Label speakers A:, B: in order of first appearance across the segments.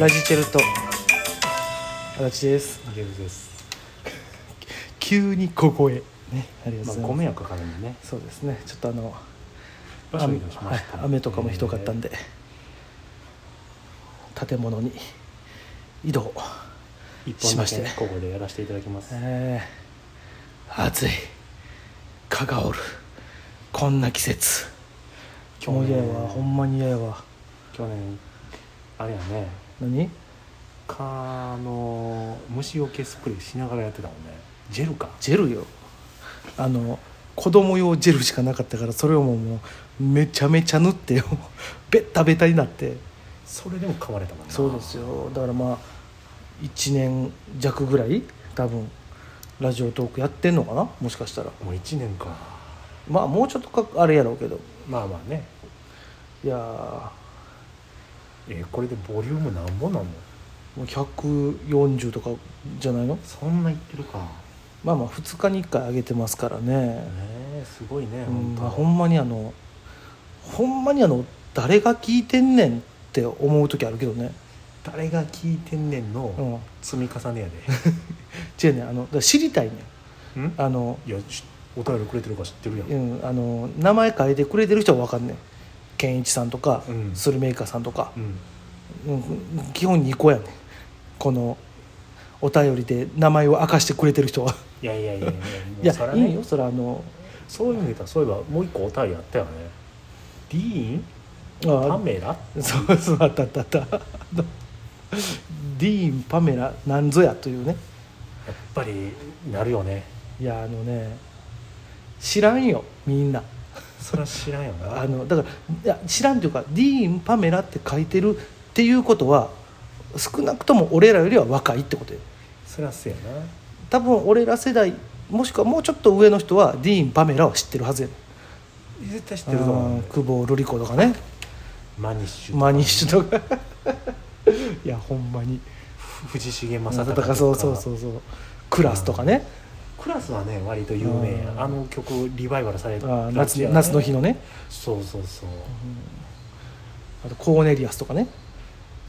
A: ラジチェルト足立です
B: ゲームです、
A: 急にここへねありが
B: まあ、
A: とうございます、
B: ご迷惑かかるんでね
A: そうですねちょっとあの
B: 場所移動しました
A: 雨はい雨とかもひどかったん
B: で、
A: で、建物に移動
B: えー一本だけ
A: しまして
B: ここでやらせていただきます、
A: えー暑い蚊がおるこんな季節
B: 去
A: もう
B: 年
A: 嫌やわほんまに嫌やわ
B: 去年あれやね
A: 何
B: 蚊の虫除けスプレーしながらやってたもんねジェルか
A: ジェルよあの子供用ジェルしかなかったからそれをもうもうめちゃめちゃ塗ってよ ベッタベタになって
B: それでも買われたもんな
A: そうですよだからまあ1年弱ぐらい多分ラジオトークやってんのかなもしかしたら
B: もう1年か
A: まあもうちょっとかあれやろうけど
B: まあまあね
A: いやー
B: えーこれでボリュームなんぼなの
A: もう140とかじゃないの
B: そんないってるかね
A: まあまあ2日に1回上げてますからね
B: えすごいね
A: うん
B: 本当
A: まあ、ほんまにあのほんまにあの誰が聞いてんねんって思う時あるけどね、
B: 誰が聞いてんねん
A: う
B: の
A: ん、
B: 積み重 ねや
A: 違うねんあのだから知りたいねん
B: でん
A: あの,、
B: いやしお便りくれてるか知ってるやん、
A: うん、あの名前変えてくれてる人は分かんねん健一さんとか、
B: うん
A: スルメイカさんとか
B: う、ん
A: うん、基本2個やねんこのお便りで名前を明かしてくれてる人は
B: いやいやいやいや
A: いや
B: そら
A: い
B: ね
A: いよそれあの
B: そういう意味で言ったらそういえばもう一個お便りあったよねディーンパ
A: あ
B: メラ
A: そうそうあったあったあったあのディーン・パメラなんぞやというね
B: やっぱりなるよね
A: いやあのね知らんよみんな
B: それは知らんよな
A: あのだからいや知らんというかディーン・パメラって書いてるっていうことは少なくとも俺らよりは若いってことよ
B: それはそうやな
A: 多分俺ら世代もしくはもうちょっと上の人はディーン・パメラを知ってるはずやね
B: 絶対知ってると思う
A: あ
B: ん
A: ー
B: だよ
A: 久保瑠璃子とかね
B: マニッシュとか
A: マニッシュとかいやほんまに
B: 藤重正
A: 正
B: 隆と
A: 尚
B: か
A: そうそうそうそうクラスとかね
B: クラスはね割と有名や
A: うん
B: あの曲リバイバルされ
A: あ
B: た
A: ー
B: や
A: 夏
B: つや
A: に
B: ね
A: 夏の日のね
B: そうそうそう
A: あとコーネリアスとかね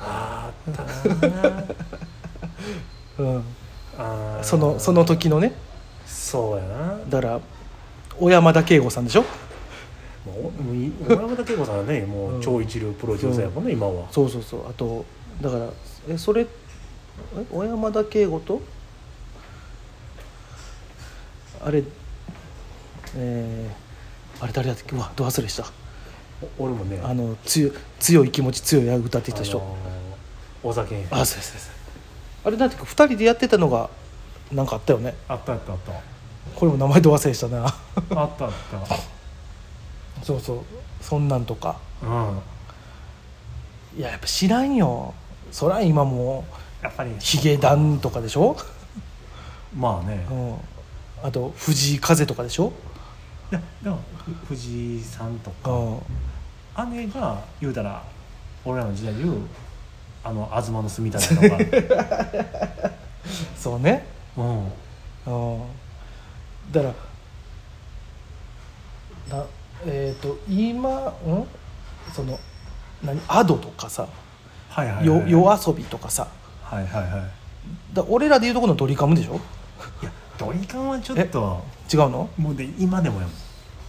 B: あーあったな
A: うん
B: あー
A: そのその時のね
B: そうやな
A: だから小山田圭吾さんでしょ
B: もうい小山田圭吾さんはねもう超一流プロデューサーやもんね今は
A: そうそうそうあとだからえそれえ小山田圭吾とあれえー、あれ誰だっけうわど忘れした
B: お俺もね
A: あの強い強い気持ち強い愛歌って言った人、
B: あのーお酒
A: あそうですそうですあれなんていうか2人でやってたのがなんかあったよね
B: あったあったあっ
A: これも名前ど忘れしたな
B: たあったあっ
A: そうそうそんなんとか
B: たうん
A: いややっぱ知らんよそら今も
B: やっぱり
A: うヒゲダンとかでしょ
B: まあね
A: うん、あと藤井風とかでしょ、
B: ででもふ藤井さんと
A: う
B: か
A: ん、
B: 姉が言うたら俺らの時代で言うあの東の住みたとか
A: そうね、
B: うん
A: うん、だからなえっ、と今んその何アドとかさ
B: はいはいはい
A: よ夜遊びとかさ
B: はいはいはい
A: だ俺らでいうとこのドリカムでしょ
B: いやドリカンはちょっと
A: 違うの
B: もうで今でもやもん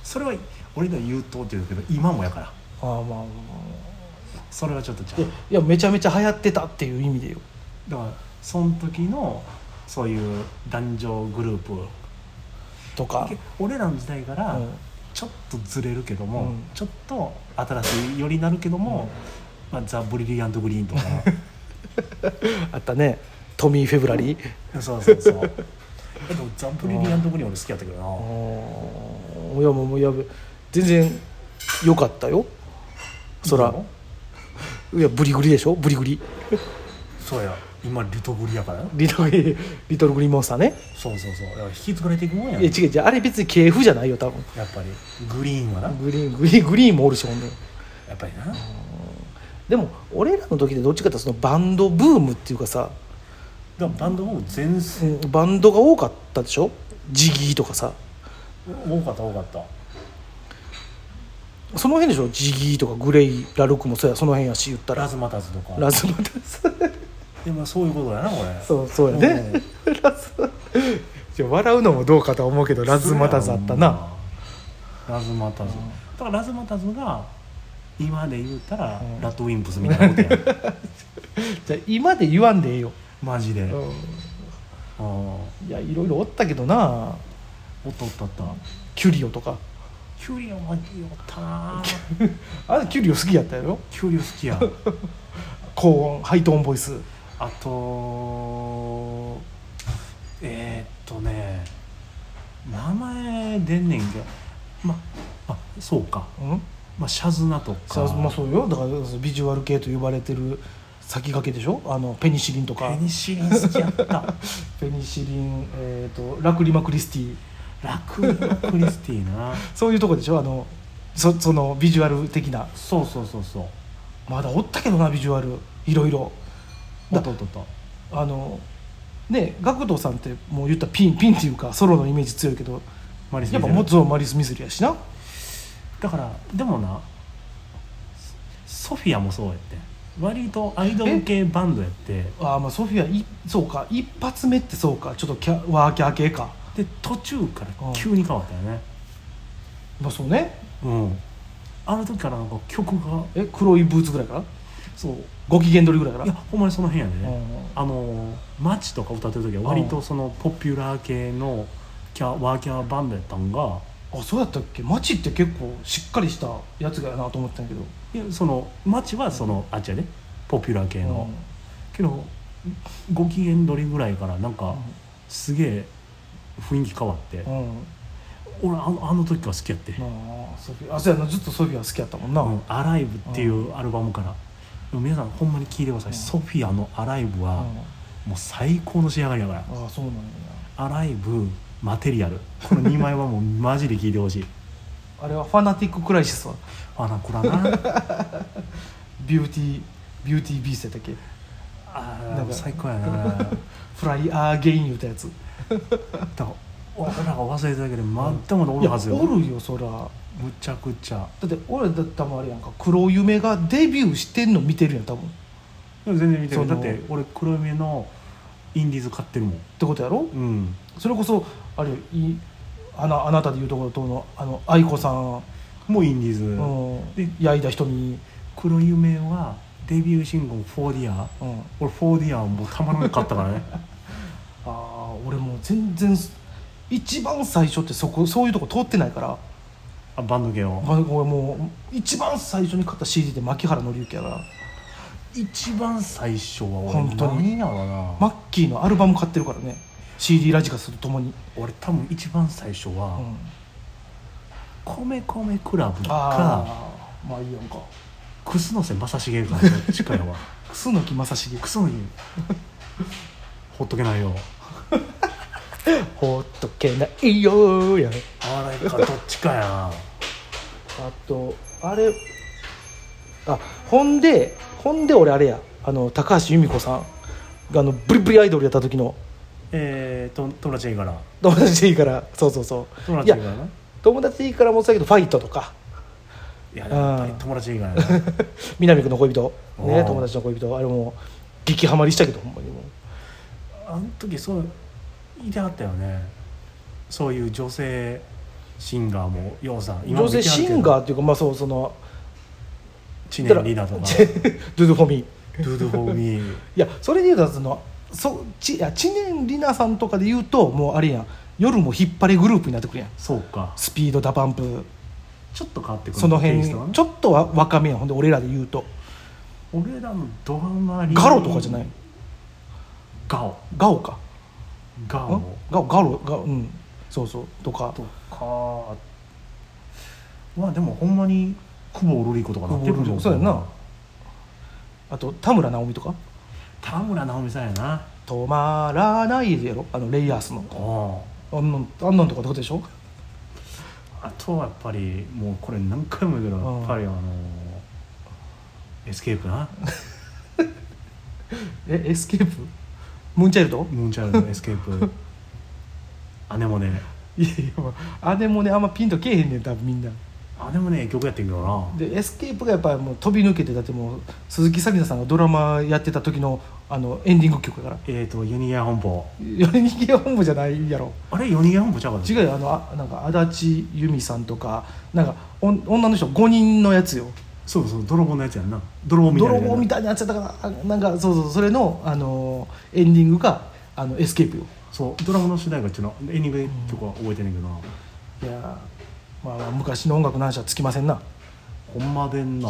B: それは俺の言うとって言うけど今もやから
A: あーまあまあま
B: それはちょっとちゃ
A: あいうやいやめちゃめちゃ流行ってたっていう意味でよ
B: だからその時のそういう男女グループ
A: とか
B: け、俺らの時代から
A: うん
B: ちょっとずれるけども、
A: うん
B: ちょっと新しい寄りになるけども、まあ、ザ・ブリリアント・グリー ンとか
A: あったねトミー・フェブラリー、
B: そうそうそう えでもザ・ブリリアント・グリーン俺好きやったけどな、
A: うんいやもうもうやべ全然良かったよそら
B: 今も
A: いやブリグリでしょブリグリ
B: そうや今リトグリやからな
A: リトグリリトルグリーンモンスターね
B: そうそうそうだから引き継がれていくもんやん
A: いや違う違うあれ別に系譜じゃないよ多分
B: やっぱりグリーンはな、や
A: グリーングリーングリーンもおるしほんで
B: っぱりな
A: でも俺らの時でどっちかっていうとそのバンドブームっていうかさ
B: だからバンドも全盛
A: うんバンドが多かったでしょジギーとかさ
B: 多かった多かった
A: その辺でしょジギーとかグレイラルクもそうやその辺やし言った
B: ラ
A: ら
B: ズマタズとか
A: ラズマタス
B: でもそういうことだなこれ
A: そうそうやね
B: うん
A: じゃあ笑うのもどうかとは思うけどラズマタズあったな
B: ラズマタズ
A: うん
B: だからラズマタズが今で言ったら
A: うん
B: ラッドウィンプスみたいなことやん
A: じゃあ今で言わんでええよ、
B: マジで、
A: う
B: うん、
A: ん
B: お
A: いやいろいろおったけどな
B: っとおったおった
A: キュリオとか
B: キュリオもいいよったな
A: あれキュリオ好きやったやろ
B: キュリオ好き や
A: 高音ハイトーンボイス
B: あとえー、っとね名前出んねんけどまあそうか、
A: うん
B: まあ、シャズナとか
A: さまあそうよだからビジュアル系と呼ばれてる先駆けでしょあのペニシリンとか
B: ペニシリン好きやった
A: ペニシリン、えー、とラクリマクリスティ
B: ラクリマクリスティな
A: そういうとこでしょあのそそのビジュアル的な
B: そうそうそうそう
A: まだおったけどなビジュアルいろいろ
B: おっとっとっと
A: あのね学徒さんってもう言ったらピンピンっていうかソロのイメージ強いけど
B: マリス
A: やっぱ
B: ミゼル
A: もっとマリス・ミズリやしな
B: だからでもなソソフィアもそうやって割とアイドル系バンドやって
A: あーまあソフィアいそうか一発目ってそうかちょっとキャワーキャー系か
B: で途中から
A: うん
B: 急に変わったよね
A: まあそうね
B: うんあの時からなんか曲が
A: え黒いブーツぐらいから
B: そう
A: ご機嫌取りぐらいか
B: いや
A: ら
B: ほんまにその辺やでね、
A: う
B: あの街とか歌ってる時は割とそのポピュラー系のキャワーキャーバンドやったんが
A: あそうやったっけ街って結構しっかりしたやつがやなと思ってたんやけど
B: いやその街はその、あっちやでポピュラー系の、けどご機嫌取りぐらいからなんか、すげえ雰囲気変わって、
A: うん、うん
B: 俺あのあの時から好きやって、
A: まあソフィアあそうやなずっとソフィア好きやったもんな、
B: うんアライブ」っていうアルバムから、でも皆さんほんまに聞いてください、
A: うん
B: ソフィアの「アライブは」もう最高の仕上がりやから
A: ああそうなんや
B: 「アライブ」「マテリアル」この2枚はもうマジで聞いて ほしい
A: あれはファナティッククライシスは
B: あなこらな
A: ビューティービューティービーストやったっけ
B: あ
A: な
B: なんんか
A: か
B: 最高やな
A: フライアーゲイン言うたやつ
B: だから俺らが忘れてたけどまだまだおるはずよ
A: いやおるよそらだ
B: むちゃくちゃ
A: って俺だったもんあれやんか黒夢がデビューしてんの見てるやん多分っ
B: でも全然見て
A: そ
B: る
A: の
B: だって俺黒夢のインディーズ買ってるもん
A: てことやろ
B: うん
A: それこそあれいあなあなたでいうところとのあの愛子さん、
B: もうインディーズ、
A: うん、
B: で
A: 矢井田瞳、
B: 黒夢はデビューシングル「4ディア
A: うん、あ」
B: 俺「4ディア」もうたまらなかった からね
A: あー俺もう全然一番最初ってそこそういうとこ通ってないから
B: あバンド系を
A: まあ俺もう一番最初に買った CD で牧原紀之やから
B: 一番最初は俺
A: 本当に
B: 何やろな、
A: マッキーのアルバム買ってるからね CD ラジカスとともに、
B: 俺多分一番最初
A: う
B: は
A: ん、
B: 「米米クラブ」か
A: ああまあいいやんか
B: 「楠瀬正成」かどっちかや わ
A: 楠木正成
B: 楠木ほっとけないよ
A: ほっとけないよや
B: あれかどっちかやな
A: あとあれあほんでほんで俺あれやあの高橋由美子さんがあのブリブリアイドルやった時の
B: えー、と友達がいいから
A: 友達でいいからそうそうそ
B: 友
A: うい
B: 達
A: や
B: がいいからない
A: 友達でいいからもそうやけどファイトとか
B: ややっぱり友達がいいから な
A: 南区の恋人
B: お
A: ね
B: ー
A: 友達の恋人あれも激ハマりしたけどほんまにもう
B: あの時そういてはったよねそういう女性シンガーもようさん
A: 女性シンガー
B: ー
A: っていうかまあそうその
B: 知念里奈とか
A: ドゥドゥフォミ
B: 「ドゥドゥフォーミー
A: いやそれで言うとそのそちいや知念里奈さんとかで言うともうあれやん夜も引っ張りグループになってくるやん」
B: そうか
A: スピードダパンプ
B: ちょっと変わってくる
A: その辺
B: テイストはね
A: ちょっとは若めやんほんで俺らで言うと
B: 俺らのドラマに
A: ガロとかじゃない
B: ガオ
A: ガオか
B: ガ
A: ん
B: オ
A: ガオガロガオうんそうそうとか
B: とかまあでもほんまに久保瑠璃子とかなってくるの
A: そうやんなあと田村直美とか
B: 田村直美さんやな
A: 「止まらない」やろあのレイヤースの
B: お
A: あんなんあんなんとかってことでしょ
B: あとはやっぱりもうこれ何回も言うけど
A: うん
B: やっぱりあのエスケープな
A: えエスケープムーンチャイルド
B: ムーンチャイルドのエスケープアネモネ
A: いやいやまああれもねあんまピンとけえへんねん多分みんな
B: あでもね曲やってんけどな
A: でエスケープがやっぱりもう飛び抜けてだってもう鈴木紗理奈さんがドラマやってた時のあのエンディング曲だから
B: えっ、とユニア本舗
A: 米木本部じゃないやろ
B: あれユニア本舗ちゃうかった
A: 違うよあのあなんか足立由美さんとかなんかお女の人5人のやつよ
B: そうそう泥棒のやつやんな泥棒みたいな
A: 泥棒み
B: い
A: たいなやつだからあなんかそうそうそれのあのエンディングがあのエスケープよ
B: そうドラマの主題歌っちゅうのエンディングとか覚えてんねんけどない
A: やーまあまあ昔の音楽の話はつきませんな
B: ほんまでんな